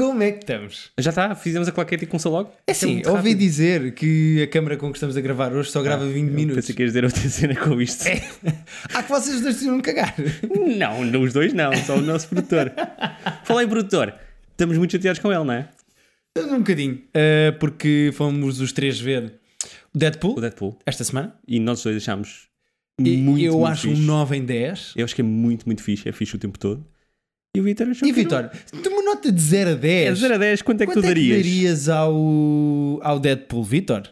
onde é que estamos? Já está, fizemos a claqueta e começou logo. É assim, muito ouvi rápido. Ah, dizer que a câmara com que estamos a gravar hoje só grava 20 minutos. É. Pensei que ias dizer outra cena com isto. Há que vocês dois precisam cagar. Não, não, os dois não, só o nosso produtor. Falei em produtor, estamos muito chateados com ele, não é? Estamos um bocadinho. eh, porque fomos os três ver o Deadpool O Deadpool. esta semana. E nós dois achamos E muito, eu muito acho fixe. um 9 em 10. Eu acho que é muito, muito fixe, é fixe o tempo todo. E o Vitor achou E que não. Vitória, de uma nota de 0 a 10. É 0 a 10, quanto é que Quanto tu darias? é que darias ao, ao Deadpool, Vitor?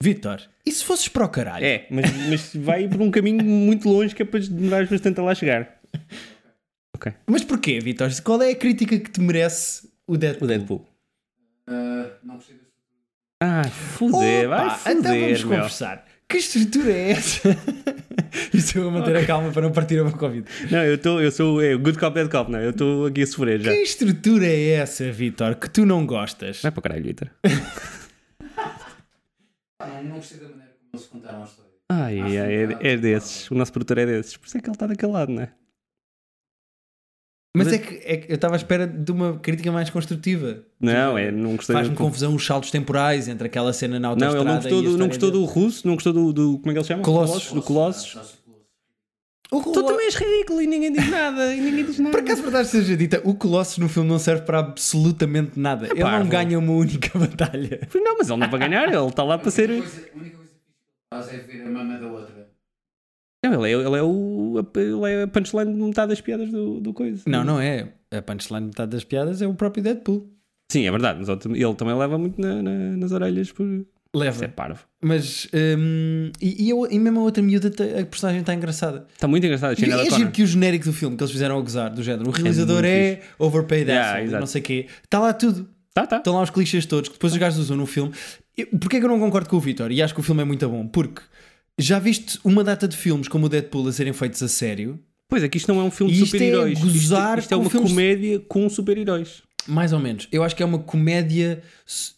Vitor, e se fosses para o caralho? É, mas, mas vai por um caminho muito longe que é para demorares bastante a lá chegar. Ok. Mas porquê, Vitor? Qual é a crítica que te merece o O Deadpool? Deadpool. Ah, foder, Opa, vai foder, então vamos meu. conversar. Que estrutura é essa? Estou a manter a calma para não partir a boca ao vidro. Não, eu, tô, eu sou é, o good cop, bad cop, não. Eu estou aqui a sofrer já. Que estrutura é essa, Vitor, que tu não gostas? Vai para o caralho, Vitor. Não, não gostei da maneira como eles contaram a história. um Ai, ai, ai, é, é desses. O nosso produtor é desses. Por isso é que ele está daquele lado, não é? Mas mas- é que, é que eu estava à espera de uma crítica mais construtiva. Não, é, não gostei Faz-me do... confusão os saltos temporais entre aquela cena na Não, autoestrada ele não e a gostou, do, não história gostou dele. do russo, não gostou do, do- Como é que ele se chama? Colossus. Do Colossus. O Tu Colo- também és ridículo e ninguém diz nada. E ninguém diz nada. Por acaso, verdade seja dita, o Colossus no filme não serve para absolutamente nada. ele não parvo. ganha uma única batalha. Não, mas ele não vai ganhar, ele está lá para ser. A única coisa- a única coisa que faz é ver a mama da outra. Não, ele é, ele é o ele é a punchline de metade das piadas do, do coisa. Não, não é. A punchline de metade das piadas é o próprio Deadpool. Sim, é verdade, mas ele tam- ele também leva muito na- na- nas orelhas por isso Leva. é parvo. Mas. hum, e, e, eu- e mesmo a outra miúda, te- a personagem está engraçada. Está muito engraçado. E Shane é O'Connor. giro que o genérico do filme que eles fizeram a gozar, do género, o realizador muito é, overpaid Yeah, asshole, exato. não sei o quê. Está lá tudo. Tá, tá. Estão lá os clichês todos que depois os gajos usam no filme. Eu- Porquê é que eu não concordo com o Vitor? E acho que o filme é muito bom. Porque já viste uma data de filmes como o Deadpool a serem feitos a sério? Pois é, que isto não é um filme E de isto é super-heróis. gozar isto, isto é com uma filmes- comédia com super-heróis. Mais ou menos. Eu acho que é uma comédia. s-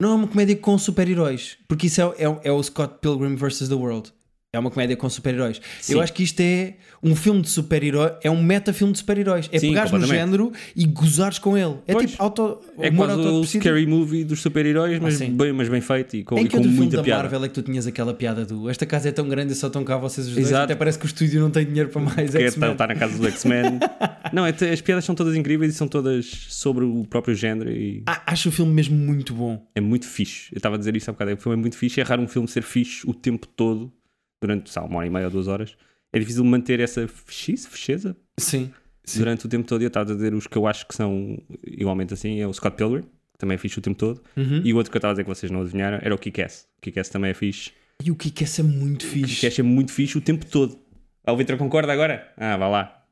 Não é uma comédia com super-heróis. Porque isso é, é, é o Scott Pilgrim vs. The World. É uma comédia com super-heróis. Eu Sim. acho que isto é um filme de super-herói. É um meta-filme de super-heróis. É Sim, pegares no completamente. género e gozares com ele. É Pois. tipo auto. É humor quase o autodepreciativo. scary movie dos super-heróis, mas, Ah, sim. bem, mas bem feito e com, Em e que com outro filme muita da piada. Marvel é que tu tinhas aquela piada do Esta casa é tão grande e só estão cá vocês os dois Exato. Até parece que o estúdio não tem dinheiro para mais Que é X-Men." estar na casa dos X-Men. não, é, as piadas são todas incríveis e são todas sobre o próprio género e Ah, Acho o filme mesmo muito bom é muito fixe. Eu estava a dizer isso há bocado. é que O filme é muito fixe. É raro um filme ser fixe o tempo todo, durante sei lá, uma hora e meia ou duas horas. É difícil manter essa fixice, fecheza Sim durante o tempo todo. E eu estava a dizer os que eu acho que são igualmente assim: é o Scott Pilgrim, que também é fixe o tempo todo. Uhum. E o outro que eu estava a dizer que vocês não adivinharam era o Kick-Ass. O Kick-Ass também é fixe. E o que é muito O fixe Kick-Ass é muito fixe o tempo todo. Ah, o Vitor concorda agora? Ah, vá lá.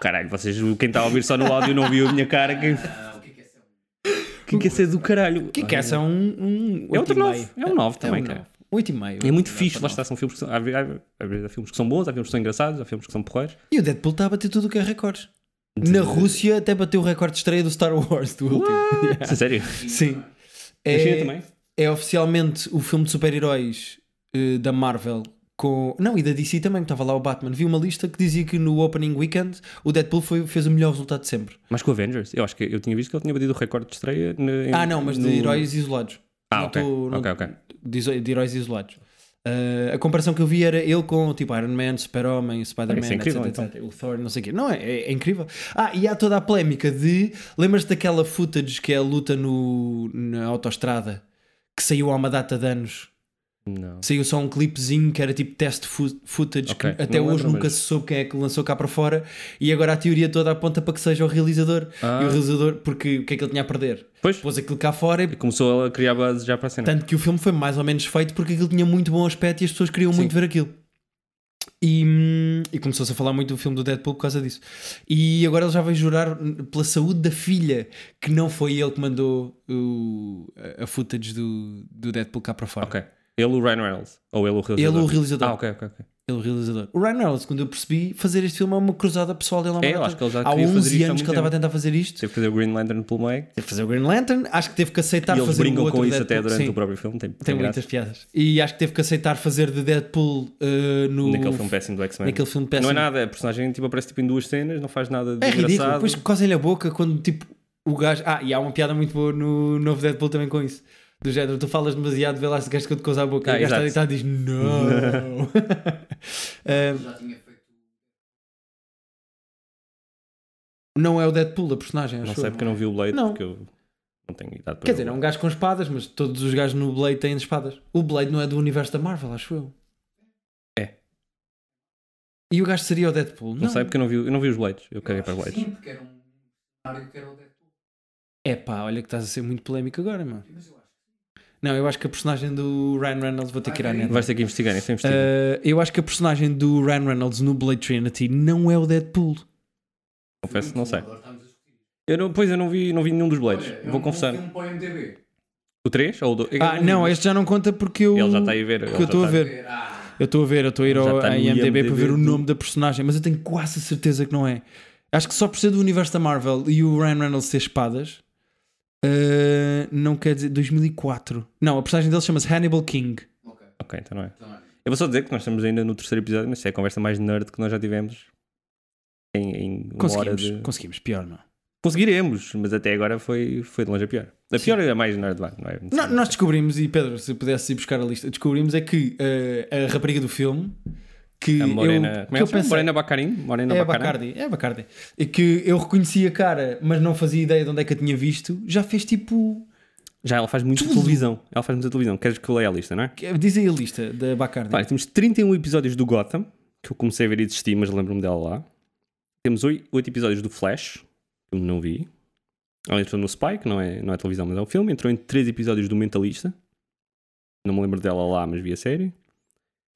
Caralho, vocês, quem está a ouvir só no áudio não viu a minha cara. Quem... Ah, o que é que é essa? Kick-Ass é do caralho. O que é é um, um É outro oito e nove. meio. É um nove É também, um cara. nove. Oito e meio. É muito Dá fixe, para lá está, são filmes que são, há, há- às vezes há filmes que são bons, há filmes que são engraçados, há filmes que são porreiros. nove. E o Deadpool está a bater tudo o que é recordes Na Rússia até bateu o recorde de estreia do Star Wars do último Isso é sério. Sim Na China é, também. é oficialmente o filme de super-heróis eh, da Marvel com... Não, e da DC também, que estava lá o Batman Vi uma lista que dizia que no opening weekend O Deadpool foi- fez o melhor resultado de sempre Mas com Avengers, eu acho que eu tinha visto que ele tinha batido o recorde de estreia. na- em- Ah não, mas de no- heróis isolados Ah, Não ok. tô- não- ok, ok. de, iso- de heróis isolados. Uh, a comparação que eu vi era ele com tipo Iron Man, Super-Homem, Spider-Man, Isso é incrível, etc, etc. O Thor, não sei o quê. Não, é, é- é incrível. Ah, e há toda a polémica de. Lembras-te daquela footage que é a luta no, na autoestrada que saiu há uma data de anos? Não. Saiu só um clipezinho que era tipo test fo- footage Ok, que até não hoje lembro, nunca mas- se soube quem é que lançou cá para fora e agora a teoria toda aponta para que seja o realizador. Ah. E o realizador, porque o que é que ele tinha a perder? Pois, Pôs aquilo cá fora e começou a criar base já para a cena. tanto que o filme foi mais ou menos feito porque aquilo tinha muito bom aspecto e as pessoas queriam muito ver aquilo. E, hum, e começou-se a falar muito do filme do Deadpool por causa disso. E agora ele já vai jurar hum, pela saúde da filha que não foi ele que mandou o, a- a footage do, do Deadpool cá para fora. Ok. Ele o Ryan Reynolds. Ou ele o realizador. Ele, o realizador. Ah, ok, ok, ok. Ele é o realizador. O Ryan Reynolds, quando eu percebi, fazer este filme é uma cruzada pessoal dele. à É, eu maratona. acho que ele já Há queria 11 fazer anos isto há que ele muito estava a tempo. tentar fazer isto. Teve que fazer o Green Lantern pelo Meg. Teve que fazer o Green Lantern, acho que teve que aceitar E eles fazer o brincam outro com isso até Deadpool. durante Sim, o próprio filme. Tem, tem Tem graça. muitas piadas. E acho que teve que aceitar fazer de Deadpool eh, no, Naquele filme péssimo do X-Men. naquele filme péssimo. Não é nada, a personagem tipo, aparece tipo, em duas cenas, não faz nada de É ridículo. engraçado. Depois cosem-lhe a boca quando tipo o gajo. Ah, e há uma piada muito boa no novo Deadpool também com isso. Do género, tu falas demasiado, vê lá se queres que eu te coisa a boca. Ah, e o gajo está exato. deitado e diz: Não. Ah, Ele já tinha feito. não é o Deadpool a personagem, acho Não eu. sei porque não vi o Blade, Não. porque eu não tenho idade para Quer ver dizer, é o um Blade. gajo com espadas, mas todos os gajos no Blade têm espadas. O Blade não é do universo da Marvel, acho eu. É. E o gajo seria o Deadpool? Não, Não, sei porque eu não vi, eu não vi os Blades. Eu caguei acho para os que Blades. Sim, porque era um cenário que era o Deadpool. É pá, olha que estás a ser muito polémico agora, mano. Mas eu acho Ah, que Não, eu acho que a personagem do Ryan Reynolds, vou ter que ir à Vai ver. net. Vais ter que investigar, isso é investigar. Uh, eu acho que a personagem do Ryan Reynolds no Blade Trinity não é o Deadpool. Confesso, foi não muito sei. bom, agora estamos a discutir. Eu não, pois eu não vi, não vi nenhum dos Blades. Olha, eu Vou confessar. Um para o MDB. O 3 ou o 2? Ah, não, este já não conta porque eu. Ele já está aí a ver. ele eu já estou a está- ver. Ver, Ah, Eu estou a ver, eu estou a ir Ele já ao está no IMDB, para ver o IMDb do- nome da personagem, mas eu tenho quase a certeza que não é. Acho que só por ser do universo da Marvel e o Ryan Reynolds ter espadas, uh, não quer dizer. 2004. Não, a personagem dele chama-se Hannibal King. ok. Ok, então não é. Então, olha, Eu vou só dizer que nós estamos ainda no terceiro episódio, mas isso é a conversa mais nerd que nós já tivemos em, em uma hora Conseguimos, de... conseguimos, pior, não. Conseguiremos, mas até agora foi, foi de longe a pior. A pior é a mais nerd, vá, não é? Não, nós descobrimos, e Pedro, se pudesse ir buscar a lista, descobrimos é que eh, a rapariga do filme que A Morena... eu, como que é eu que se chama? pensei, Morena Bacarin? Morena é Baccarin? Bacardi, é Bacardi, e que eu reconheci a cara, mas não fazia ideia de onde é que a tinha visto, já fez tipo. Já, ela faz muita Tudo. televisão. Ela faz muita televisão. Queres que eu leia a lista, não é? Dizem a lista da Bacardi. Pá, temos 31 episódios do Gotham, que eu comecei a ver e desisti, mas lembro-me dela lá. Temos 8, episódios do Flash, que eu não vi. Ela entrou no Spike, não é, não é televisão, mas é um filme. Entrou em 3 episódios do Mentalista. Não me lembro dela lá, mas vi a série.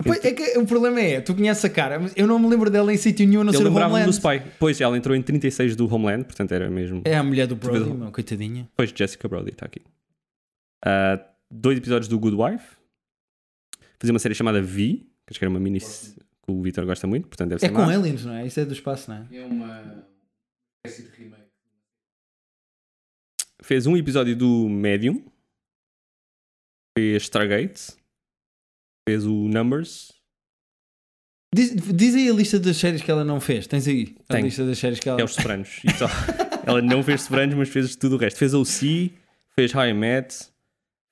Pois, é que o problema é, tu conheces a cara, mas eu não me lembro dela em sítio nenhum, a não Eu ser o lembrava-me do Homeland. Spike. Pois, ela entrou em 36 do Homeland, portanto era mesmo. É a mulher do Brody, vês- meu, coitadinha. Pois, Jessica Brody está aqui. Ah, dois episódios do Good Wife. Fazia uma série chamada V, que acho que era uma mini que o Vitor gosta muito, portanto deve ser É com má. aliens, não é? Isso é do espaço, não é? é uma espécie de remake. fez um episódio do Medium, fez Stargate, fez o Numbers, Diz, diz aí a lista das séries que ela não fez, tens aí a Tenho. lista das séries que ela é os Sopranos. E só- Ela não fez Sopranos, mas fez tudo o resto. Fez OC, fez High Met,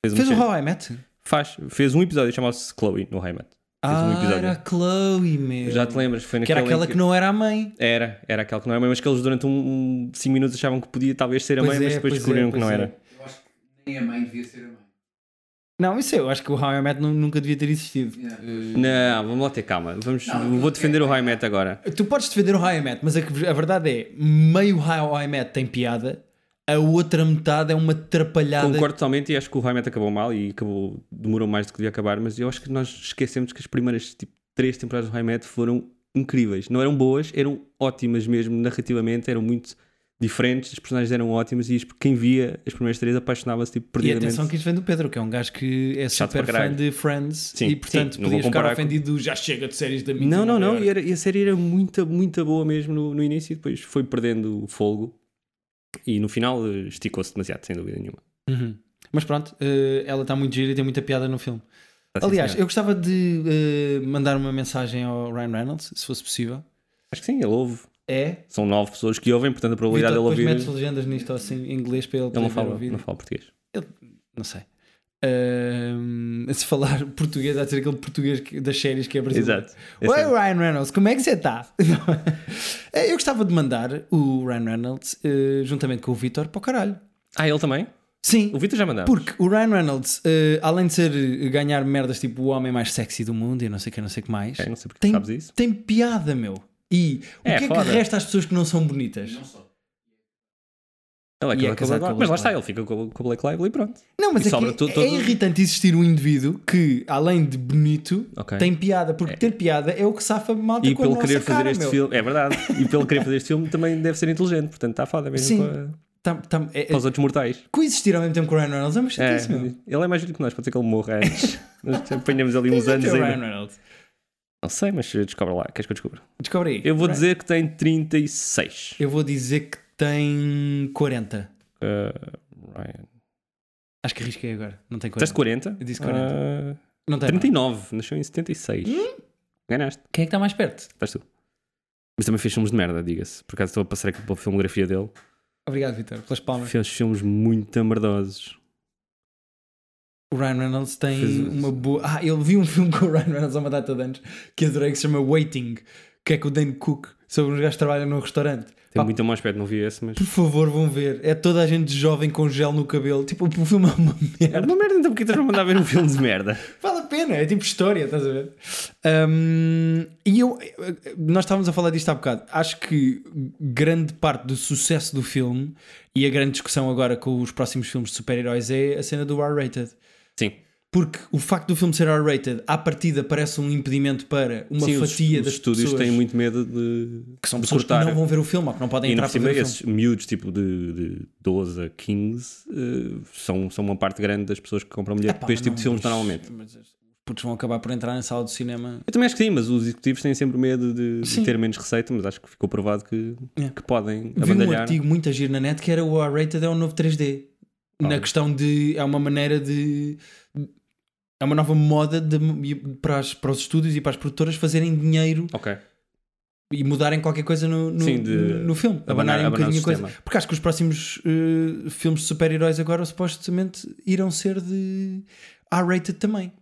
fez, uma Fez o série- How I Met? faz, fez um episódio chamado-se Chloe no High Met. Fez um Ah, episódio. era a Chloe, meu. Já te lembras? Foi Que era naquele em aquela que não era a mãe. Era, era aquela que não era mãe, mas que eles durante 5 um, cinco minutos achavam que podia talvez ser a Pois mãe, é, mas pois depois é, descobriram que pois não é. era. Eu acho que nem a mãe devia ser a mãe. Não, isso eu acho que o How I Met nu- nunca devia ter existido. Yeah. Não, vamos lá ter calma. Vamos, Não, vou defender o High Met agora. Tu podes defender o How I Met, mas a, que- a verdade é, meio How I Met tem piada, a outra metade é uma atrapalhada. Concordo totalmente e acho que o Raimet acabou mal e acabou, demorou mais do que devia acabar, mas eu acho que nós esquecemos que as primeiras tipo, três temporadas do Raimet foram incríveis. Não eram boas, eram ótimas mesmo, narrativamente, eram muito diferentes, os personagens eram ótimas e isto- quem via as primeiras três apaixonava-se tipo, E perdidamente. atenção que isto vem do Pedro, que é um gajo que é Chato super para fã caralho. de Friends Sim, e portanto sim, não vou podias ficar comparar com- ofendido do já chega de séries da minha. Não, não, não, e, é- era- e a série era muito, muito boa mesmo no, no início e depois foi perdendo o fogo e no final eh, esticou-se demasiado, sem dúvida nenhuma. Uhum. Mas pronto, eh, ela está muito gira e tem muita piada no filme. Está assim, Aliás, senhora. eu gostava de eh, mandar uma mensagem ao Ryan Reynolds, se fosse possível. acho que sim, ele ouve. É. São nove pessoas que ouvem, portanto a probabilidade Vitor, dele depois ouvir. metes legendas nisto assim, em inglês para ele Ele não poder ver fala, o vídeo. não fala português. Não sei. Ahm, se falar português, há de ser aquele português que- das séries que é brasileiro. Exato. Oi, Ryan Reynolds, como é que você está? Eu gostava de mandar o Ryan Reynolds eh, juntamente com o Vitor para o caralho. Ah, ele também? Sim, O Vitor já mandava. porque o Ryan Reynolds, eh, além de ser eh, ganhar merdas tipo o homem mais sexy do mundo e não sei o que, não sei o que mais, Ok, não sei porque tem, sabes isso. tem piada, meu. E o É, que é foda. que resta às pessoas que não são bonitas? Não só. Ele E é, é casado casado com a Black com Mas a lá está, ele fica com, com a Black Label e pronto. Não, mas E é, que sobra tu- é todo- irritante existir um indivíduo que, além de bonito, Ok. tem piada, porque ter piada é o que safa malta E com a pelo nossa querer fazer cara, este meu. filme, é verdade. E pelo querer fazer este filme também deve ser inteligente, portanto está foda mesmo Sim. Para, Tam- tam- é- é- para os outros mortais. coexistir ao mesmo tempo com o Ryan Reynolds é uma É, chatice, meu. ele é mais velho que nós, pode ser que ele morra antes. nós apanhamos ali Quem uns é que anos é o Ryan ainda. Reynolds? Não sei, mas descobre lá. Queres que eu descubra? Descobre aí. Eu vou Right. dizer que tem 36. Eu vou dizer que tem 40. Ah, Ryan. Acho que arrisquei agora. Não tem 40. Tens 40? Eu disse 40. Ah, Não tem. 39. Nasceu em 76. Hum? Ganhaste. Quem é que está mais perto? Estás tu. Mas também fez filmes de merda, diga-se. Por acaso estou a passar aqui pela filmografia dele. Obrigado, Vitor, pelas palmas. Fez filmes muito merdosos. O Ryan Reynolds tem Fez isso. uma boa. Ah, eu vi um filme com o Ryan Reynolds há uma data de anos que adorei que se chama Waiting, que é com o Dan Cook, sobre uns gajos que trabalham num restaurante. Tem Pá, muito mau aspecto, não vi esse, mas. Por favor, vão ver. É toda a gente jovem com gel no cabelo. Tipo, o filme é uma merda. Era uma merda, então porque estás a mandar ver um filme de merda? Vale a pena, é tipo história, estás a ver? Hum, e eu, nós estávamos a falar disto há bocado. Acho que grande parte do sucesso do filme e a grande discussão agora com os próximos filmes de super-heróis é a cena do R-rated. Sim. Porque o facto do filme ser R-rated, à partida, parece um impedimento para uma Sim, os- fatia os, das estúdios pessoas têm muito medo de, que são de pessoas cortar. que não vão ver o filme ou que não podem e entrar não para cima, ver o filme. esses miúdos tipo de, de 12 a 15 eh, são, são uma parte grande das pessoas que compram bilhete Epá, para este tipo de não, filmes mas- normalmente. mas os putos vão acabar por entrar na sala do cinema. Eu também acho que sim, mas os executivos têm sempre medo de, de Sim. ter menos receita, mas acho que ficou provado que, É. que podem Vi um abandalhar. artigo muito agir na net que era o R-rated é um novo 3D. Na Ah. questão de. É uma maneira de. É uma nova moda de, para, as- para os estúdios e para as produtoras fazerem dinheiro Ok. e mudarem qualquer coisa no, no, Sim, de no filme. abanar- Abanarem um abanar o bocadinho a coisa. sistema. Porque acho que os próximos eh, filmes de super-heróis agora supostamente irão ser de R-rated também.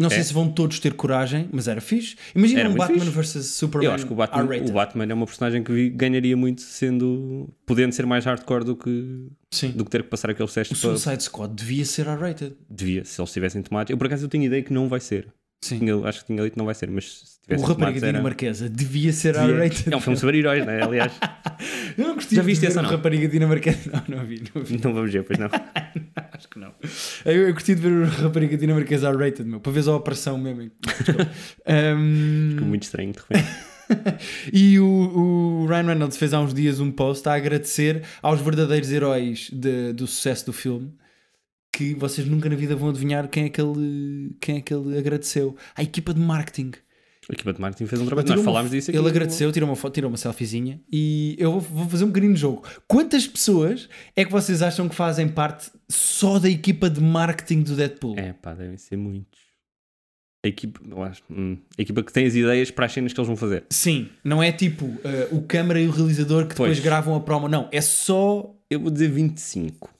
Não sei É? se vão todos ter coragem, mas era fixe. Imagina Era um muito Batman fixe. vs Superman. Eu acho que o Batman, R-rated. o Batman é uma personagem que vi- ganharia muito sendo podendo ser mais hardcore do que, Sim. do que ter que passar aqueles O testes para, Suicide Squad devia ser R-rated. devia, se eles tivessem tomado. Eu por acaso eu tinha ideia que não vai ser. Sim. Tinha- acho que tinha dito que não vai ser, mas se O tivessem Rapariga tomates era... Dinamarquesa devia ser devia- R-rated. É um filme sobre heróis, né? Aliás, Eu não gostei Já viste de ver essa, o não? Rapariga Dinamarquesa. Não, não vi, não vi. não vamos ver, pois não. Acho que não. Eu, eu curti de ver o Rapariga Dinamarquesa R-rated, meu. Para ver a operação mesmo. Desculpa. Ahm, Ficou muito estranho de repente. e o, o Ryan Reynolds fez há uns dias um post a agradecer aos verdadeiros heróis de- do sucesso do filme. Que vocês nunca na vida vão adivinhar quem é que ele, quem é que ele agradeceu. A equipa de marketing. A equipa de marketing fez um Ele trabalho. tirou Nós uma- falámos disso aqui. Ele agradeceu, tirou uma foto, tirou uma selfiezinha e eu vou, vou fazer um pequenino jogo. Quantas pessoas é que vocês acham que fazem parte só da equipa de marketing do Deadpool? É pá, devem ser muitos. A equipa, eu acho, hum, a equipa que tem as ideias para as cenas que eles vão fazer. Sim, não é tipo eh, o câmara e o realizador que depois Pois. gravam a promo, não, é só Eu vou dizer 25.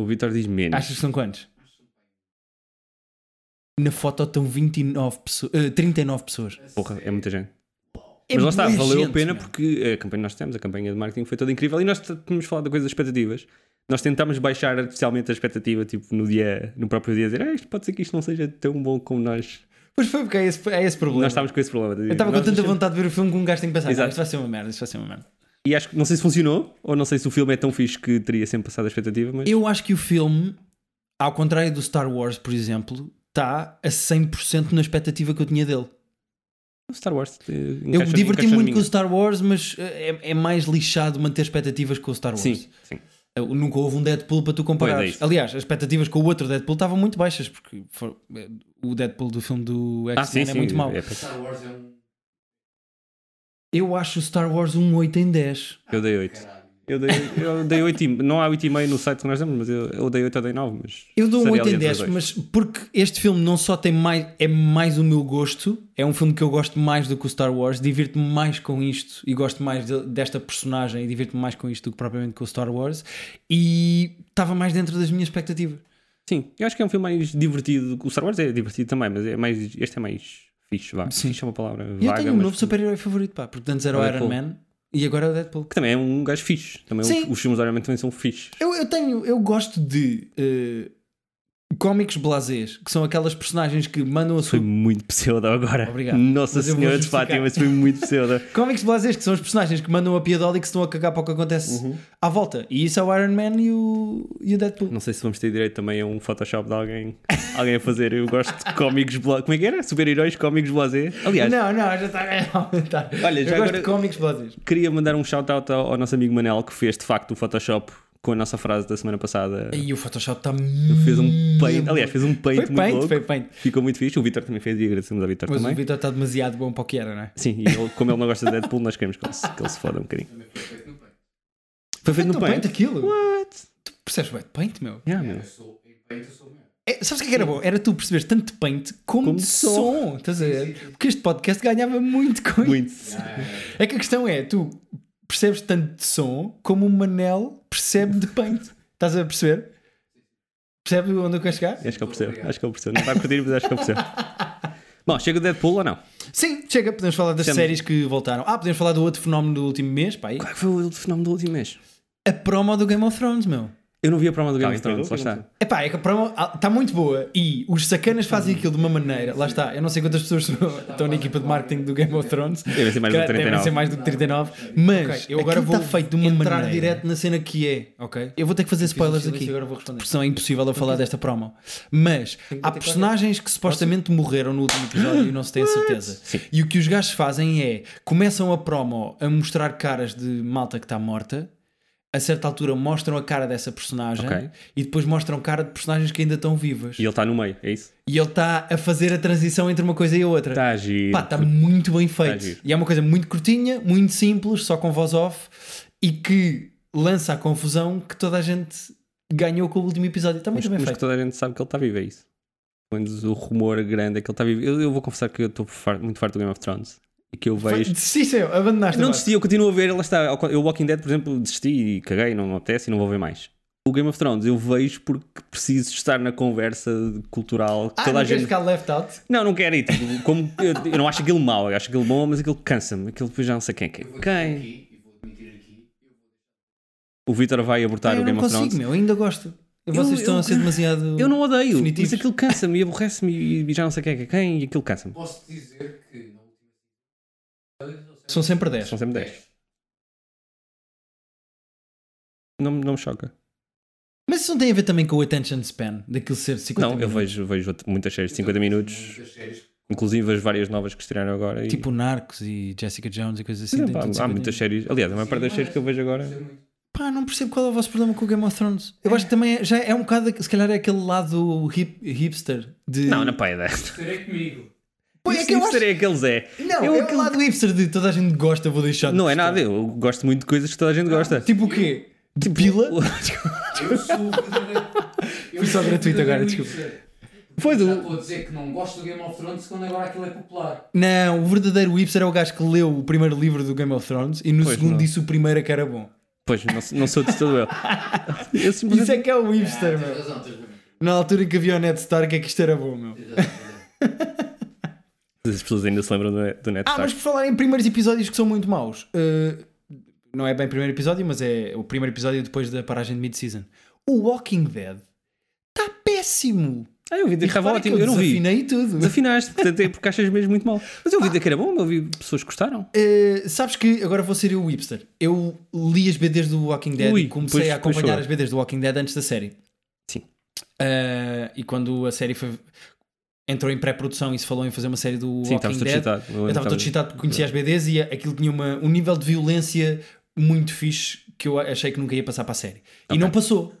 O Vitor diz menos. achas que são quantos? Na foto estão 29 pessoas, eh, 39 pessoas. Porra, é muita gente. É Mas lá está, bué valeu gente, a pena meu. porque a campanha que nós tivemos, a campanha de marketing foi toda incrível e nós t- tínhamos falado de coisas expectativas. Nós tentámos baixar artificialmente a expectativa, tipo, no dia, no próprio dia, dizer, ah, isto pode ser que isto não seja tão bom como nós. Pois foi porque é esse, é esse problema. Nós estávamos com esse problema. eu estava com Nós tanta deixamos- vontade de ver o filme que um gajo tem que pensar. Exato. "Ah, Isto vai ser uma merda, isto vai ser uma merda. E acho que não sei se funcionou, ou não sei se o filme é tão fixe que teria sempre passado a expectativa, mas Eu acho que o filme, ao contrário do Star Wars, por exemplo, está a 100% na expectativa que eu tinha dele. o Star Wars. eh, Eu me diverti muito com o Star Wars, mas eh, é, é mais lixado manter expectativas com o Star Wars. Sim, sim. Eu- nunca houve um Deadpool para tu Pois é comparares. isso. Aliás, as expectativas com o outro Deadpool estavam muito baixas, porque for- eh, o Deadpool do filme do Ah, X-Men sim, é sim, muito mau. é péssimo. Star Wars é um. Eu acho o Star Wars um 8 em 10. Eu dei 8. Ah, Caralho. Eu dei, eu dei 8 e, não há 8,5 no site que nós temos, mas eu, eu dei 8 ou dei 9. Mas Eu dou um estaria 8 em ali entre 10, os dois. mas porque este filme não só tem mais, é mais o meu gosto, é um filme que eu gosto mais do que o Star Wars, divirto-me mais com isto e gosto mais de- desta personagem e divirto-me mais com isto do que propriamente com o Star Wars e estava mais dentro das minhas expectativas. Sim, eu acho que é um filme mais divertido. O Star Wars é divertido também, mas é mais, este é mais fixe, vá. Sim. Fixe é uma palavra E eu vaga. tenho um mas novo super-herói favorito, pá, porque antes era o Iron Deadpool. Man e agora é o Deadpool. Que também é um gajo fixe. Também Sim. Os, os filmes obviamente também são fixes. Eu, eu tenho, eu gosto de eh, cómicos blasés, que são aquelas personagens que mandam a Foi sua muito pseudo agora. Obrigado. Nossa Mas eu vou Senhora de justificar. Fátima, mas foi muito pseudo. Cómics blasés, é que são os personagens que mandam a piadola e que se estão a cagar para o que acontece Uhum. à volta. E isso é o Iron Man e o, e o Deadpool. Não sei se vamos ter direito também a um Photoshop de alguém, alguém a fazer. Eu gosto de cómicos blasé. Como é que era? Super-heróis, cómicos blasé. Aliás, Não, não, já está a aumentar. Olha, eu já gosto agora- de cómics blasés. queria mandar um shout-out ao, ao nosso amigo Manel que fez de facto o Photoshop com a nossa frase da semana passada. E o Photoshop tá está. Fez um paint, aliás, fez um paint Foi muito paint, louco. foi paint. Ficou muito fixe. O Vitor também fez e agradecemos ao Vitor Mas também. o Vitor está demasiado bom para o que era, não é? Sim, e ele- como ele não gosta de Deadpool, nós queremos que ele, se- que ele se foda um bocadinho. Também foi feito no Paint. Foi feito no Então, paint paint. aquilo. What? Tu percebes bem de paint, meu? Yeah, Eu meu. sou, em Paint eu sou melhor. É, sabes o que, é que era bom? Era tu perceberes tanto de paint como, Como de de som. som. Estás a ver? Sim, sim. Porque este podcast ganhava muito com isso. Muito. Yeah, yeah, É que a questão é, tu percebes tanto de som como o Manel percebe de paint. Estás a perceber? Percebe onde eu quero chegar? Acho que ele percebe. Acho que ele percebe. Não está a curtir, mas acho que ele percebe. Bom, chega o Deadpool ou não? Sim, chega, podemos falar das Chama. séries que voltaram. Ah, podemos falar do outro fenómeno do último mês, pá. aí. Qual é que foi o fenómeno do último mês? A promo do Game of Thrones, meu. Eu não vi a promo Tá, do Game Alguém of então, Thrones, lá pegou? está. Epá, é que a promo está muito boa e os sacanas fazem aquilo de uma maneira. Lá está, eu não sei quantas pessoas estão na equipa de marketing do Game of Thrones. Deve ser mais do Cara, devem 39. ser mais do que 39. Mas Ok, eu agora aquilo está vou feito de uma entrar maneira. direto na cena que é. Ok. Eu vou ter que fazer spoilers Fiz um silêncio aqui. e Agora vou responder. porque senão é impossível eu falar desta promo. Mas há personagens que supostamente morreram no último episódio e não se tem a certeza. E o que os gajos fazem é começam a promo a mostrar caras de malta que está morta. A certa altura mostram a cara dessa personagem Ok. e depois mostram cara de personagens que ainda estão vivas. E ele está no meio, é isso? E ele está a fazer a transição entre uma coisa e a outra. Está a agir. Pá, está muito bem feito. Tá giro. e é uma coisa muito curtinha, muito simples, só com voz off e que lança a confusão que toda a gente ganhou com o último episódio. Está Mas, muito bem mas que feito. toda a gente sabe que ele está vivo, é isso. Pelo menos o rumor grande é que ele está vivo. Eu, eu vou confessar que eu estou far- muito farto do Game of Thrones. E que eu vejo. Desististe, eu, abandonaste. Não agora. desisti, eu continuo a ver, lá está. Ao con- Eu Walking Dead, por exemplo, desisti e caguei, não me apetece e não vou ver mais. O Game of Thrones eu vejo porque preciso estar na conversa cultural que Ah, toda não a queres gente. ficar left out? Não, não quero ir. Tipo, como, eu, eu não acho aquilo mau, eu acho aquilo bom, mas aquilo cansa-me. Aquilo depois já não sei quem é que é. Eu vou dizer Quem? aqui, e vou admitir aqui, eu O vou Vitor vai abortar Ah, o eu Tá, Game não of consigo, Thrones. meu, eu ainda gosto. Vocês Eu- estão eu- a ser demasiado. Eu não odeio, Definitivos. mas aquilo cansa-me e aborrece-me e já não sei quem é que é quem e aquilo cansa-me. Posso dizer que na última season São sempre 10. São sempre 10. Não, me- não me choca. Mas isso não tem a ver também com o attention span daquele ser de 50 Não, eu minutos? vejo, vejo outro- muitas séries de 50 minutos, inclusive as várias novas que estrearam agora. e- Tipo Narcos e Jessica Jones e coisas Por assim. tem exemplo, tudo há, 50 há muitas minutos. séries. Aliás, a maior parte das séries que eu vejo agora. Pá, não percebo qual é o vosso problema com o Game of Thrones. Eu acho que também é, já é um bocado, se calhar é aquele lado hip- hipster de. Não, é na paia. Estarei comigo. Pô, é que eu acho. é aqueles é. Não, Eu é aquele- o lado hipster de toda a gente gosta, vou deixar. de Não é gostar. nada, eu gosto muito de coisas que toda a gente gosta. Tipo o quê? De pila? Eu sou o verdadeiro. eu Foi só sou o gratuito agora, verdadeiro desculpa. hipster. Pois Já o. estou a dizer que não gosto do Game of Thrones quando agora aquilo é popular. Não, o verdadeiro hipster é o gajo que leu o primeiro livro do Game of Thrones e no Pois segundo não. disse o primeiro é que era bom. Pois, não, sou- não sou de todo eu. Eu simplesmente. Isso é que é o hipster, Ah, tens meu. razão, tens razão. Na altura em que havia o Ned Stark é que isto era bom, meu. Tens razão, tens razão. As pessoas ainda se lembram do, Net- do Ned Ah, mas Stark. por falar em primeiros episódios que são muito maus. uh, não é bem primeiro episódio, mas é o primeiro episódio depois da paragem de mid-season. O Walking Dead está péssimo. Ah, eu vi dizer que estava repara ótimo, é que eu não vi. Desafinei tudo. Desafinaste, portanto é porque achas mesmo muito mal. Mas eu vi dizer que era bom, eu vi pessoas que gostaram. Uh, sabes que agora vou ser eu o hipster. Eu li as BDs do Walking Dead Ui, e comecei pois- a acompanhar pois as BDs do Walking Dead antes da série. Sim. Uh, e quando a série foi- entrou em pré-produção e se falou em fazer uma série do Walking Sim, estavas todo Dead, excitado. É. Eu estava todo excitado porque conhecia as BDs e aquilo tinha uma, um nível de violência muito fixe que eu achei que nunca ia passar para a série. E Ok. não passou.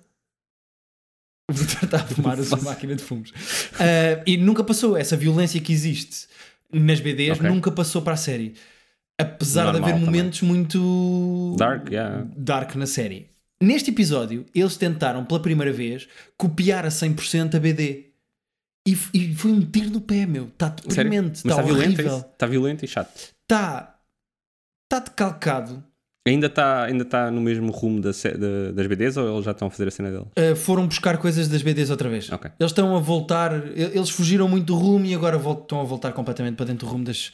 O Vitor está a fumar a sua máquina de fumos. Ah, e nunca passou. Essa violência que existe nas BDs Ok. nunca passou para a série. Apesar de Normal haver também. momentos muito Dark, yeah. dark na série. Neste episódio, eles tentaram pela primeira vez copiar a 100% a BD. E, f- e foi um tiro no pé, meu. Está Sério? deprimente, Mas está está violento, é horrível isso? está violento e chato. está tá decalcado. Ainda está ainda tá no mesmo rumo da, ce- da- das BDs ou eles já estão a fazer a cena deles? Uh, foram buscar coisas das BDs outra vez. Ok. Eles estão a voltar, e- eles fugiram muito do rumo e agora vol- estão a voltar completamente para dentro do rumo das,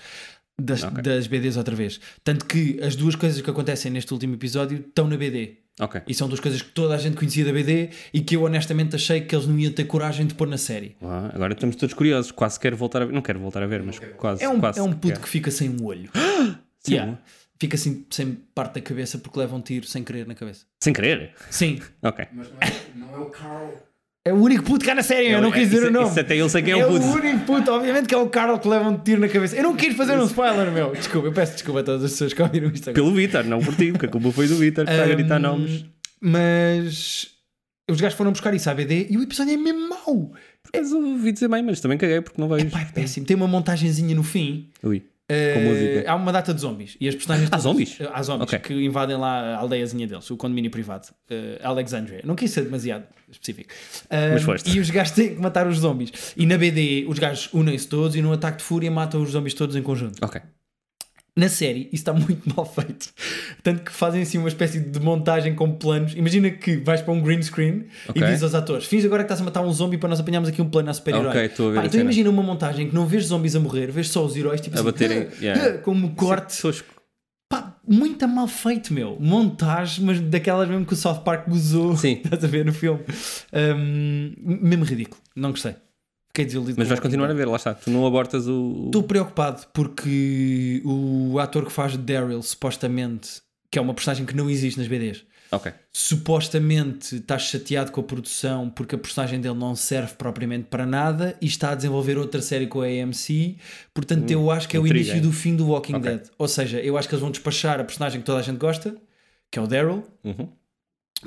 das, Ok. das BDs outra vez. Tanto que as duas coisas que acontecem neste último episódio estão na BD. Ok. E são duas coisas que toda a gente conhecia da BD e que eu honestamente achei que eles não iam ter coragem de pôr na série. Ah, agora estamos todos curiosos. Quase quero voltar a ver. Não quero voltar a ver, mas quase. É um, quase é um um puto quero. que fica sem um olho. Sim, Yeah. Fica assim, sem parte da cabeça porque leva um tiro sem querer na cabeça. Sem querer. Sim. Ok. Mas não é, não é o Carl. É o único puto que há na série, eu não É, quis dizer isso- o nome. isso até eu sei quem é, É o o puto. único puto, obviamente que é o Carl que leva um tiro na cabeça. Eu não quis fazer um spoiler, meu. Desculpa, eu peço desculpa a todas as pessoas que ouviram isto agora. Hum. Pelo Vitor, não por ti, porque a culpa foi do Vitor que está a gritar Ahm, nomes. Mas os gajos foram buscar isso à BD e o episódio é mesmo mau. Mas eu ouvi dizer bem, mas também caguei porque não vejo. Epá, é péssimo. Tem uma montagenzinha no fim. Ui. Eh, Com música. Há uma data de zombies e as personagens. Há zombies? Eh, Há zombies Ok. que invadem lá a aldeiazinha deles, o condomínio privado. eh, Alexandria. Não quis ser demasiado específico. Ah, Mas foste. E os gajos têm que matar os zombies. E na BD os gajos unem-se todos e num ataque de fúria matam os zombies todos em conjunto. Ok. Na série, isso está muito mal feito. Tanto que fazem assim uma espécie de montagem com planos. Imagina que vais para um green screen Ok. e diz aos atores: Fins agora que estás a matar um zombie para nós apanharmos aqui um plano a super-herói. Ok, estou a ver Pá, a então cena. imagina uma montagem que não vês zombies a morrer, vês só os heróis tipo A assim, baterem, "Ah, yeah. ah", como um corte. Sosco. Pá, muito mal feito, meu. Montagem, mas daquelas mesmo que o South Park usou. Sim. Estás a ver no filme. Hum, mesmo ridículo. Não gostei. Fiquei desiludido. Mas com vais Walking continuar Dead. a ver, lá está. Tu não abortas o. Estou preocupado porque o ator que faz Daryl, supostamente, que é uma personagem que não existe nas BDs, Ok. supostamente está chateado com a produção porque a personagem dele não serve propriamente para nada e está a desenvolver outra série com a AMC. Portanto, eu acho que é o Hum, intriga, início hein? do fim do Walking Ok. Dead. Ou seja, eu acho que eles vão despachar a personagem que toda a gente gosta, que é o Daryl, Uhum.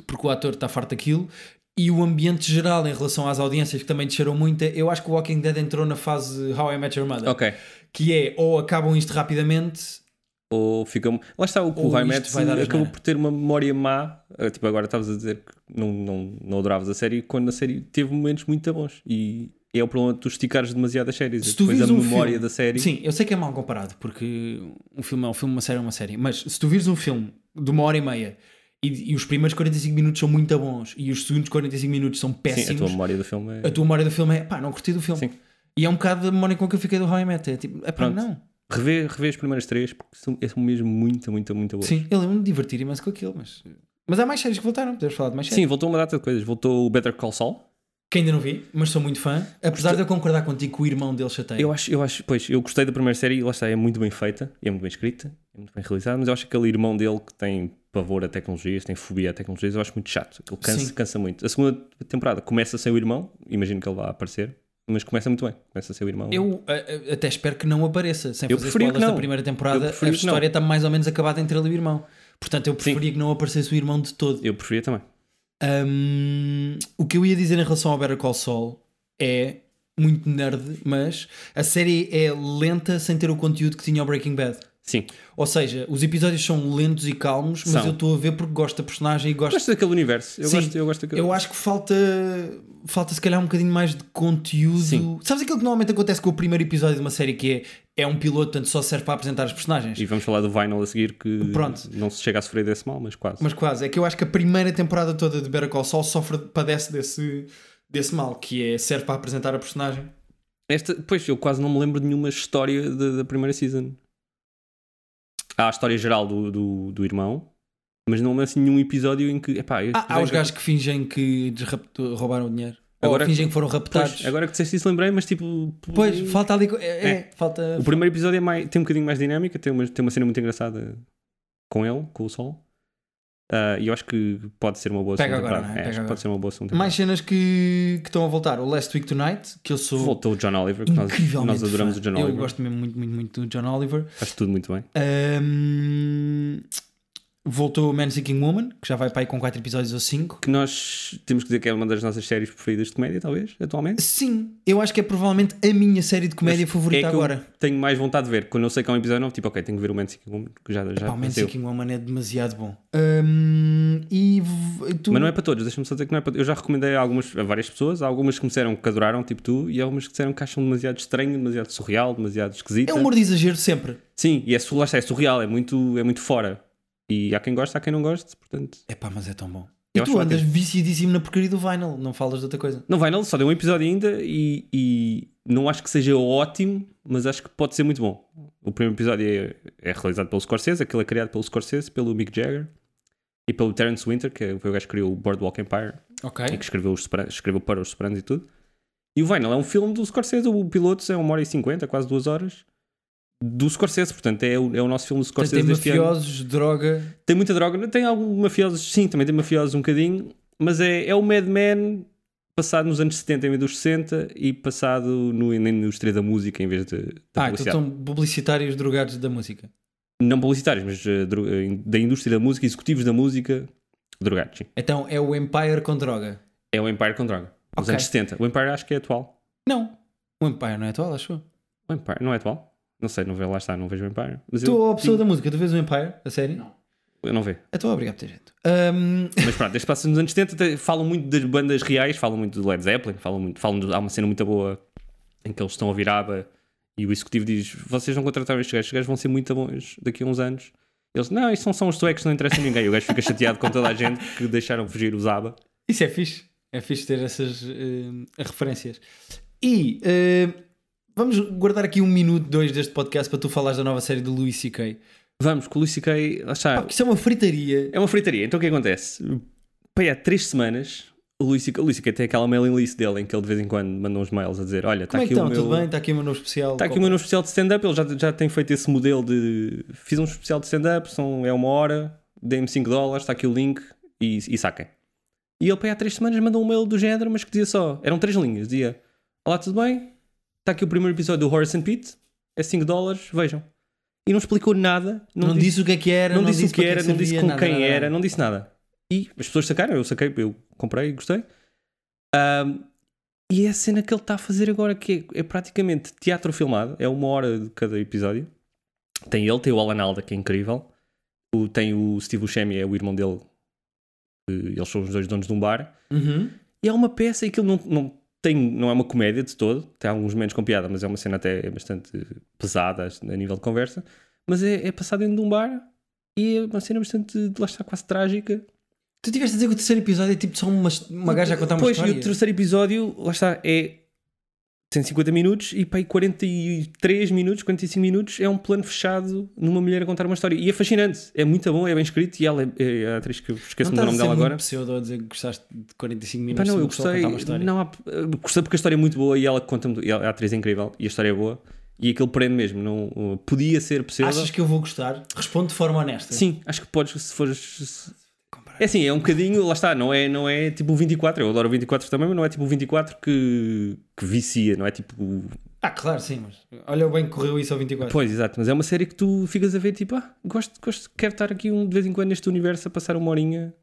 porque o ator está farto daquilo. E o ambiente geral em relação às audiências que também desceram muito, é- eu acho que o Walking Dead entrou na fase How I Met Your Mother Ok. que é ou acabam isto rapidamente Ou fica. um, Lá está o que Ou o High isto Mads vai dar asneira. acabou por ter uma memória má. Eh, Tipo, agora estavas a dizer que não, não, não adoravas a série quando a série teve momentos muito bons. E é o problema de tu esticares demasiado as séries. se tu Depois vires a um memória filme, da série. sim eu sei que é mal comparado porque um filme é um filme uma série é uma série mas se tu vires um filme de uma hora e meia e, e os primeiros 45 minutos são muito bons e os segundos 45 minutos são Sim, a péssimos tua memória do filme é. a tua memória do filme é pá não curti do filme Sim. e é um bocado a memória com que eu fiquei do How I Met é tipo é pá Pronto. não Revê, revê as primeiras três, porque são, são mesmo muito, muito, muito boas. sim eu lembro-me de divertir imenso com aquilo mas mas há mais séries que voltaram podemos falar de mais séries Sim, voltou uma data de coisas. Voltou o Better Call Saul. que ainda não vi mas sou muito fã apesar de eu concordar contigo que o irmão dele chateia Eu acho, eu acho, pois, eu gostei da primeira série e lá está, é muito bem feita, é muito bem escrita, é muito bem realizada, mas eu acho que aquele irmão dele que tem pavor a tecnologias, tem fobia a tecnologias, eu acho muito chato. Ele cansa, Sim. cansa muito. A segunda temporada começa sem o irmão, imagino que ele vá aparecer, mas começa muito bem, começa sem o irmão. Eu a- a- até espero que não apareça. Sem Eu fazer preferia spoilers que não. da primeira Eu temporada, a preferia que não. história está mais ou menos acabada entre ele e o irmão. Portanto, eu preferia que não aparecesse o irmão de todo. Eu preferia também. Hum, o que eu ia dizer em relação ao Better Call Saul é muito nerd, mas a série é lenta sem ter o conteúdo que tinha o Breaking Bad. Sim. Ou seja, os episódios são lentos e calmos, mas São. eu estou a ver porque gosto da personagem e gosto Gosto daquele universo. Eu Sim. gosto, eu gosto daquele. eu acho que falta falta se calhar um bocadinho mais de conteúdo. Sim. Sabes aquilo que normalmente acontece com o primeiro episódio de uma série que é, é um piloto, portanto só serve para apresentar os personagens. E vamos falar do Vinyl a seguir que Pronto. não se chega a sofrer desse mal, mas quase. Mas quase, é que eu acho que a primeira temporada toda de Better Call Saul sofre, padece desse, desse mal, que é serve para apresentar a personagem. Esta, pois, eu quase não me lembro de nenhuma história da, da primeira season. Há a história geral do, do, do irmão, mas não há assim nenhum episódio em que. Epá, este Ah, há os gajo- gajos que fingem que lhes rapto- roubaram o dinheiro. Agora- Ou fingem que foram raptados. Pois, é agora que disseste isso, lembrei, mas tipo. Pois, falta ali. co- É, é, falta. O primeiro episódio é mais- tem um bocadinho mais dinâmica, tem uma, tem uma cena muito engraçada com ele, com o Sol. Ah, e eu acho que pode ser uma boa Pega segunda agora, temporada. não é? acho Pega que agora. pode ser uma boa segunda Mais cenas que, que estão a voltar. O Last Week Tonight, que eu sou. temporada. Voltou o John Oliver, que nós, um Incrivelmente nós adoramos fã. o John Eu Oliver. gosto mesmo muito, muito, muito do John Oliver. Faz tudo muito bem. Ahm, voltou o Man Seeking Woman, que já vai para aí com 4 episódios ou 5. Que nós temos que dizer que é uma das nossas séries preferidas de comédia, talvez, atualmente. Sim, eu acho que é provavelmente a minha série de comédia Mas favorita é que eu agora. Tenho mais vontade de ver. Quando eu sei que há um episódio novo, tipo, ok, tenho que ver o Man Seeking Woman, que já, já Pá, o Man aconteceu. Seeking Woman é demasiado bom. Ahm, e v- tu. Mas não é para todos, deixa-me só dizer que não é para Eu já recomendei a, algumas, a várias pessoas, há algumas que me disseram que adoraram, tipo tu, e há algumas que disseram que acham demasiado estranho, demasiado surreal, demasiado esquisito. É um humor de exagero sempre. Sim, e é, su- lá está, é surreal, é muito, é muito fora. E há quem gosta, há quem não goste, portanto. É pá, mas é tão bom. Eu e tu acho andas viciadíssimo na porcaria do Vinyl, não falas de outra coisa. Não vai, não, só deu um episódio ainda e, e não acho que seja ótimo, mas acho que pode ser muito bom. O primeiro episódio é, é realizado pelo Scorsese, aquele é criado pelo Scorsese, pelo Mick Jagger e pelo Terence Winter, que é o gajo que criou o Boardwalk Empire Ok. e que escreveu, os Sopranos- escreveu para os Sopranos e tudo. E o Vinyl é um filme do Scorsese, o Pilotos é uma hora e cinquenta, quase duas horas, do Scorsese, portanto é o, é o nosso filme do Portanto, Scorsese tem deste ano. mafiosos, droga. Tem muita droga, tem algum mafiosos, sim, também tem mafiosos um bocadinho, mas é, é o Mad Men passado nos anos 70 em vez dos 60 e passado no, na indústria da música em vez de, da Ah, então publicidade. são publicitários drogados da música. Não publicitários, mas eh, dro- eh, da indústria da música, executivos da música, Drogados, sim. Então é o Empire com droga. É o Empire com droga. Os Ok. anos 70. O Empire acho que é atual. Não. O Empire não é atual, acho eu. O Empire não é atual? Não sei, não vejo, lá está, não vejo o Empire. Mas eu, Tu, a pessoa da música, tu vês o Empire? A série? Não. eu não vejo. Então obrigado por ter jeito. Ahm, Mas pronto, este passa nos anos 70, te- falam muito das bandas reais, falam muito do Led Zeppelin, falam muito, falam do- há uma cena muito boa em que eles estão a viraba e o executivo diz: Vocês não contrataram estes gajos, estes gajos vão ser muito bons daqui a uns anos. Eles, não, isto não são os suecos, não interessa a ninguém. E o gajo fica chateado com toda a gente que deixaram fugir os ABBA. isso é fixe. É fixe ter essas ahm, referências. E ahm, vamos guardar aqui um minuto, dois deste podcast para tu falares da nova série do Louis C.K. Vamos, que o Louis C.K., lá está, Pá, porque isso é uma fritaria. É uma fritaria. Então o que acontece? Pai, há três semanas, o Luís Sica- o Luís Sica tem aquela mailing list dele em que ele de vez em quando manda uns mails a dizer: Olha, está Como é que aqui, estão? o meu- Tudo bem? Está aqui o meu novo especial. tá aqui o meu novo especial de stand-up. Ele já, já tem feito esse modelo de. Fiz um especial de stand-up, são- é uma hora, dei-me 5 dólares, está aqui o link e, e saquem. E ele, pai, há três semanas mandou um mail do género, mas que dizia só: Eram três linhas. Dizia: Olá, tudo bem? Está aqui o primeiro episódio do Horace and Pete, é 5 dólares, vejam. E não explicou nada, Não, disse, o que é que era, não, disse, o que para era, não disse servia, com nada, quem nada, era, nada. não disse nada. E as pessoas sacaram, eu saquei, eu comprei, gostei. Ahm, e é a cena que ele está a fazer agora, que é, é praticamente teatro filmado, é uma hora de cada episódio. Tem ele, tem o Alan Alda, que é incrível. O, tem o Steve Buscemi, é o irmão dele. que Eles são os dois donos de um bar. Uhum. E é uma peça e aquilo não, não, tem, não é uma comédia de todo, tem alguns momentos com piada, mas é uma cena até bastante pesada acho, a nível de conversa. Mas é, é passado dentro de um bar e é uma cena bastante, lá está, quase trágica. Tu tiveste a dizer que o terceiro episódio é tipo só uma, uma gaja a contar uma Pois, história. e o terceiro episódio, lá está, é. tem 50 minutos e pá, aí 43 minutos, 45 minutos é um plano fechado numa mulher a contar uma história. E é fascinante, é muito bom, é bem escrito e ela é, é a atriz que eu esqueço-me não do nome dela agora. pseudo a dizer que gostaste de 45 Pá, minutos não, de eu uma pessoa a gostei. contar uma história. Não, há- eh, gostei porque a história é muito boa e ela conta muito- e a a atriz é incrível e a história é boa e aquilo prende mesmo. Não, eh, podia ser possível. Achas que eu vou gostar? Responde de forma honesta. Sim, acho que podes se fores. se- Comparar. É assim, é um bocadinho, lá está, não é, não é tipo o 24, eu adoro o 24 também, mas não é tipo o 24 que, que vicia, não é tipo. Ah, claro, sim, mas olha o bem que correu isso ao 24. Pois, exato, mas é uma série que tu ficas a ver tipo, ah, gosto, gosto quero estar aqui um, de vez em quando neste universo a passar uma horinha.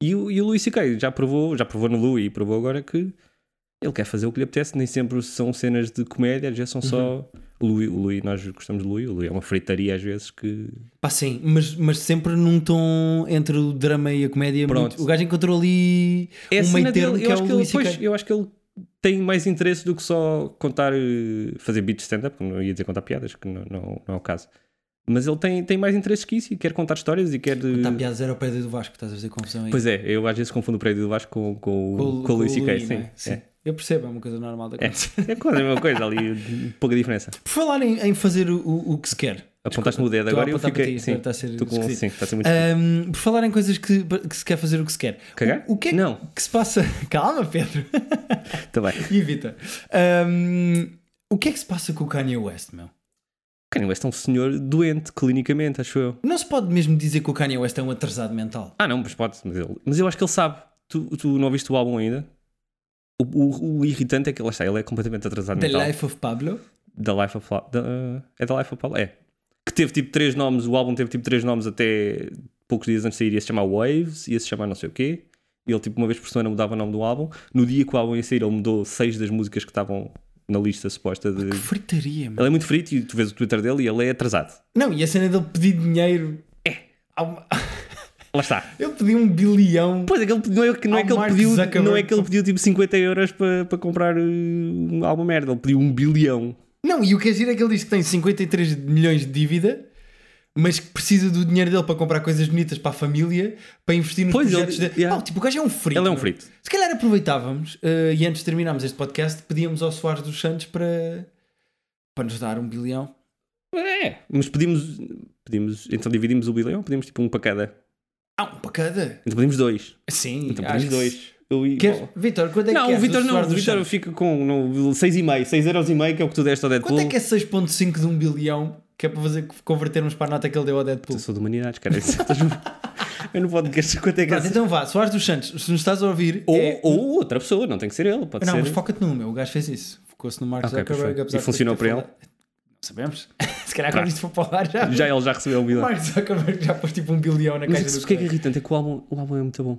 E, o- e o Luís C.K. já provou, já provou no Lu e provou agora que ele quer fazer o que lhe apetece, nem sempre são cenas de comédia, às vezes são só. Uhum. O Lui, o Lui, nós gostamos do Lui, o Lui é uma fritaria às vezes que. Pá, sim, mas, mas sempre num tom entre o drama e a comédia. Pronto. muito- O gajo encontrou ali É a um cena meio termo dele, que eu é acho o que ele, Louis pois, C.K. eu acho que ele tem mais interesse do que só contar, eh, fazer beat stand-up, não ia dizer contar piadas, que não, não, não é o caso. Mas ele tem, tem mais interesse que isso e quer contar histórias e quer. eh, Está a piada zero ao prédio do Vasco, estás a fazer confusão aí. Pois é, eu às vezes confundo o prédio do Vasco com, com, com, o Louis, Luís C.K. não é? Sim, Sim. Eu percebo, é uma coisa normal da É. coisa. É. é quase a mesma coisa ali, pouca diferença. Por falar em, em fazer o, o- o que se quer. Apontaste-me o dedo estou a agora e eu apontar para ti, fiquei. Sim, agora está a ser tu com- esquisito. Ah. sim, está a ser muito. Ahm, por falar em coisas que, que se quer fazer o que se quer. Cagar? O, o que é Não. que se passa? Calma, Pedro. Está Tá bem. E evita. Ahm, o que é que se passa com o Kanye West, meu? Kanye West é um senhor doente clinicamente, acho eu. Não se pode mesmo dizer que o Kanye West é um atrasado mental. Ah, não, mas pode, mas, ele, mas eu acho que ele sabe. Tu, tu não ouviste o álbum ainda? O, o- o irritante é que lá está, ele é completamente atrasado The mental. Life of Pablo. Da Life of Pablo. é da Life of Pablo? É. Que teve tipo três nomes, o álbum teve tipo três nomes até poucos dias antes de sair. Ia se chamar Waves, ia se chamar não sei o quê. E ele tipo uma vez por semana mudava o nome do álbum. No dia que o álbum ia sair, ele mudou seis das músicas que estavam na lista suposta de. Que fritaria, meu. Ele é muito frito e tu vês o Twitter dele e ele é atrasado. Não, e a cena dele pedir dinheiro. É. Lá está. Ele pediu um bilhão. Pois é que ele, não, é, que- não, é Ao que ele Mark pediu, Zuckerberg. não é que ele pediu tipo 50 euros para, para comprar uh, um álbum merda. Ele pediu um bilhão. Não, e o que é giro é que ele diz que tem 53 milhões de dívida, mas que precisa do dinheiro dele para comprar coisas bonitas para a família, para investir nos Pois, projetos ele- dele. yeah. Ah, tipo, o gajo é um frito. Ele é um meu. frito. Se calhar aproveitávamos, eh, e antes de terminarmos este podcast, pedíamos ao Soares dos Santos para, para nos dar um bilhão. É. Mas pedimos, pedimos. Então dividimos o bilhão, pedimos tipo um para cada. Ah, um para cada. Então pedimos dois. Sim, Então acho pedimos que se- dois. Eu e Queres- Paulo. Vitor, quanto é que Não, queres o do Vitor não. Soares O dos Vitor Santos? fica com não, 6,5. 6,5€ que é o que tu deste ao Deadpool. Quanto é que é 6.5 de um bilhão que é para fazer, convertermos para a nota que ele deu ao Deadpool? Eu sou de humanidades, cara. Eu não posso dizer quanto é que é. Pronto, então vá, Soares dos Santos, se nos estás a ouvir, Ou, é ou outra pessoa, não tem que ser ele. Pode Não, ser. mas foca-te no meu. O gajo fez isso. Focou-se no Mark Ok, Zuckerberg. perfeito. apesar E de funcionou ter para ele? falado- Não sabemos. Se calhar quando isto for para o ar já. Já ele já recebeu um O bilhão. Mark Zuckerberg já pôs tipo um bilhão na Mas é caixa que, do sabes o que é que correio. irritante? É que o álbum, o álbum é muito bom.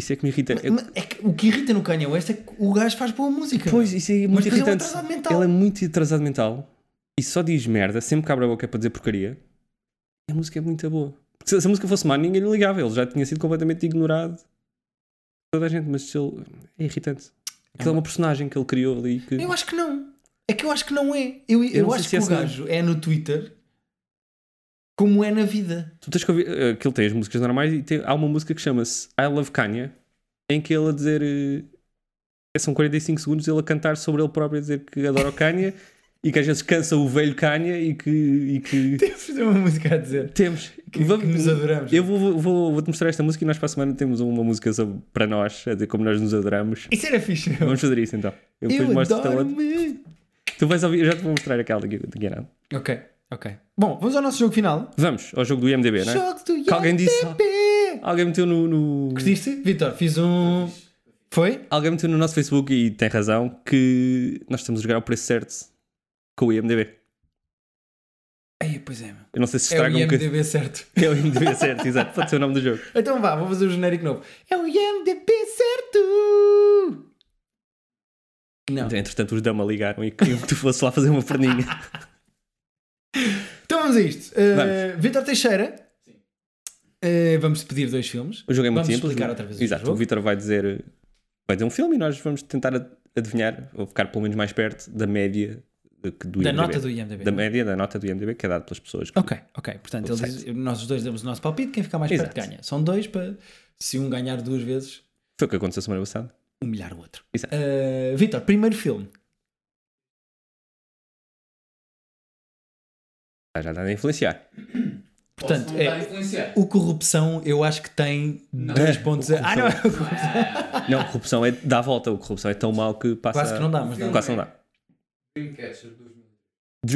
Isso é que me irrita. É- Mas é que o que irrita no Kanye West é que o gajo faz boa música. Pois, isso é muito depois ele é um irritante. atrasado mental. Ele é muito atrasado mental e só diz merda, sempre que abre a boca é para dizer porcaria. E a música é muito boa. Porque se, se a música fosse má, ninguém lhe ligava. Ele já tinha sido completamente ignorado por toda a gente, mas ele é irritante. Aquilo é uma personagem que ele criou ali. Que... Eu acho que não. É que eu acho que não é. Eu, eu, não sei acho se que é o assim. gajo é no Twitter como é na vida. Tu tens que ouvir. eh, Aquilo tem as músicas normais e tem- há uma música que chama-se I Love Kanye, em que ele a dizer. eh, São 45 segundos ele a cantar sobre ele próprio, a dizer que adora o Kanye e que às vezes cansa o velho Kanye e que. E que... Temos de fazer uma música a dizer Temos. que, Vamos- que nos adoramos. Eu vou, vou, vou te mostrar esta música e nós para a semana temos uma música sobre- para nós, a dizer como nós nos adoramos. Isso era fixe. não? Vamos fazer isso então. Eu depois Eu mostro-te a outra. adoro-me. Tu vais ouvir, eu já te vou mostrar aquela daqui daqui a nada. Ok, ok. Bom, vamos ao nosso jogo final. Vamos ao jogo do IMDB, não é? Jogos do Que alguém disse- IMDb. Alguém meteu no. no... Curtiste, Vitor? Fiz um. Foi? Alguém meteu no nosso Facebook e tem razão que nós estamos a jogar ao preço certo com o IMDB. Aí, pois é. meu. Eu não sei se É o estraga um bocadinho. IMDB certo. É o IMDB certo, exato. Pode ser o nome do jogo. Então vá, vou fazer o genérico novo. É o IMDB certo! Não. Entretanto, os Dama ligaram e queriam que tu fosse lá fazer uma perninha. Então vamos a isto. Uh, Vitor Teixeira. Uh, vamos pedir dois filmes. O jogo é muito Vamos simples. explicar outra vez o Exato. jogo. O Vitor vai dizer, vai dizer um filme e nós vamos tentar ad- adivinhar, ou ficar pelo menos mais perto da média de- que- do Da IMDb. nota do IMDB. Da média da nota do IMDb que é dada pelas pessoas. que- Ok, ok. Portanto, ele diz- nós os dois damos o nosso palpite. Quem ficar mais Exato. perto ganha. São dois para, se um ganhar duas vezes, Foi o que aconteceu semana passada. humilhar o outro. Exato. Uh, Vitor, primeiro filme. Ah, Já está a influenciar. Portanto, não é- está a influenciar. O Corrupção, eu acho que tem dois É, pontos. a- Ah, não. Não, corrupção é dá a volta. O corrupção é tão mal que passa. Quase que não dá, mas dá. Quase não dá. Dreamcatcher 2000. Ai, é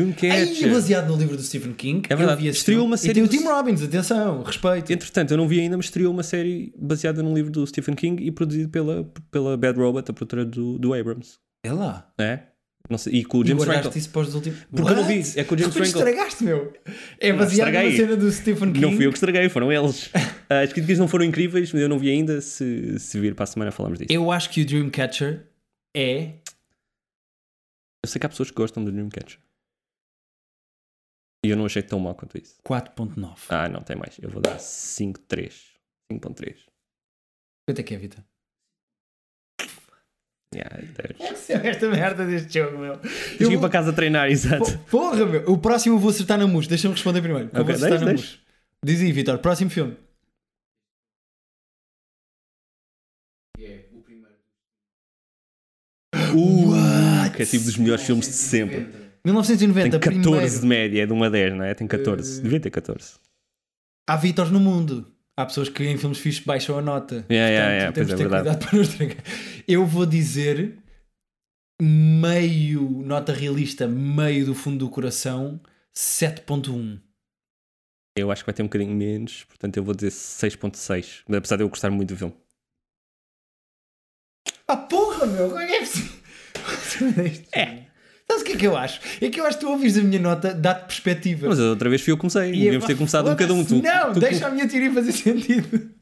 Dreamcatcher. baseado no livro do Stephen King. É verdade. Eu vi esse Estreou filme. uma série E tem o do- Tim Robbins, atenção, respeito. Entretanto, eu não vi ainda, mas estreou uma série baseada num livro do Stephen King e produzido pela, pela Bad Robot, a produtora do, do Abrams. É lá. Não é? Não sei, e com o James e guardaste Franco. isso para os últimos. Porque eu não vi. What? É com o James De repente Franco. estragaste, meu. É baseado na estraguei. cena do Stephen King. Não fui eu que estraguei, foram eles. Ah, As críticas não foram incríveis, mas eu não vi ainda. Se, se vir para a semana falamos disso. Eu, Eu acho que o Dreamcatcher é. sei que há pessoas que gostam do Dreamcatcher. E eu não achei tão mal quanto isso. 4.9. Ah, não, tem mais. Eu vou dar 5.3. 5.3. Quanto é que é, Vita? Yeah, tens Esta merda deste jogo, meu. que ir para casa treinar, exato. Porra, meu. O próximo eu vou acertar na mus. Deixa-me responder primeiro. Eu vou Ok, acertar deixa, na deixa. mus. Diz aí, Vitor. Próximo filme. Que é o primeiro. What? que é tipo dos melhores filmes de sempre. 1990. Tem 1990, 14 de primeiro. média, é de 1 a 10, não é? Tem 14. Eh. Devia ter 14. Há Vitors no mundo. Há pessoas que em filmes fixos baixam a nota. Yeah, yeah, Portanto, yeah, temos pois é de ter verdade. cuidado para não estragar. Eu vou dizer meio nota realista, meio do fundo do coração, 7.1. Eu acho que vai ter um bocadinho menos, portanto eu vou dizer 6.6. Mas Apesar de eu gostar muito do filme. Ah, porra, meu, como é que é possível? é. Sabes o que é que eu acho? É que eu acho que tu ouvis a minha nota, dá-te perspectiva. Mas a outra vez fui eu que comecei. Devíamos ter começado um cada um. Tu, Não, tu- deixa a minha teoria fazer sentido.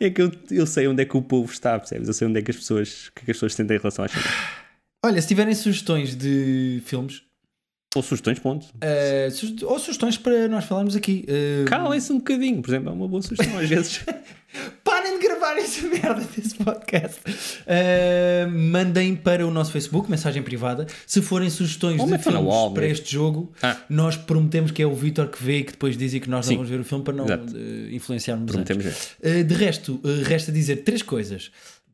É que eu, eu sei onde é que o povo está, percebes? Eu sei onde é que as pessoas, o que é que as pessoas sentem em relação às coisas. Olha, se tiverem sugestões de filmes, Ou sugestões, ponto. eh, suge- ou sugestões para nós falarmos aqui. eh, Calem-se um bocadinho, por exemplo, é uma boa sugestão às vezes. Parem de gravar essa merda desse podcast. Uh, mandem para o nosso Facebook, mensagem privada. Se forem sugestões Ou de metam Oh, na filmes wall para mesmo. este jogo, Ah. nós prometemos que é o Vitor que vê e que depois diz e que nós não Sim. vamos ver o filme para não Exato. uh, influenciarmos Prometemos ver. antes. Uh, de resto, uh, resta dizer três coisas.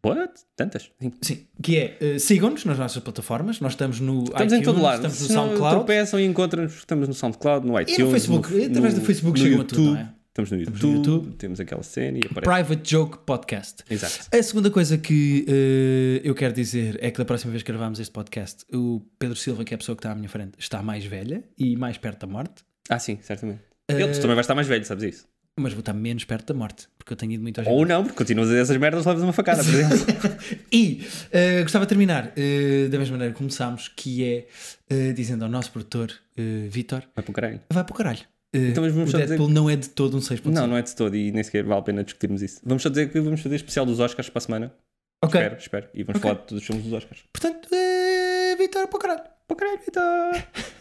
What? Tantas? Sim. Sim, que é uh, sigam-nos nas nossas plataformas. Nós estamos no Estamos iTunes, em todo lado. estamos no Se não SoundCloud. tropeçam e encontram-nos. Estamos no SoundCloud, no iTunes. Facebook. Através do Facebook no chegam a tudo, YouTube. não é? Estamos no no YouTube, YouTube. Temos aquela cena e aparece. Private Joke Podcast. Exato. A segunda coisa que eh, eu quero dizer é que da próxima vez que gravarmos este podcast, o Pedro Silva, que é a pessoa que está à minha frente, está mais velha e mais perto da morte. Eh, Ah, sim, certamente. Ele tu também vai estar mais velho, sabes isso? Mas vou estar menos perto da morte, porque eu tenho ido muito ao Ou não, porque continuas a dizer essas merdas, levas uma facada, por exemplo. E eh, gostava de terminar eh, da mesma maneira que começámos, que é eh, dizendo ao nosso produtor eh, Vitor: Vai para o caralho. vai para o caralho. Eh, Então, mas vamos o só dizer Deadpool não é de todo um 6.5. Não, não é de todo e nem sequer vale a pena discutirmos isso. Vamos só dizer que vamos fazer especial dos Oscars para a semana. Ok. Espero, espero. E vamos Ok. falar de todos os filmes dos Oscars. Portanto, eh, Vitor, para o caralho. Para o caralho, Vitor!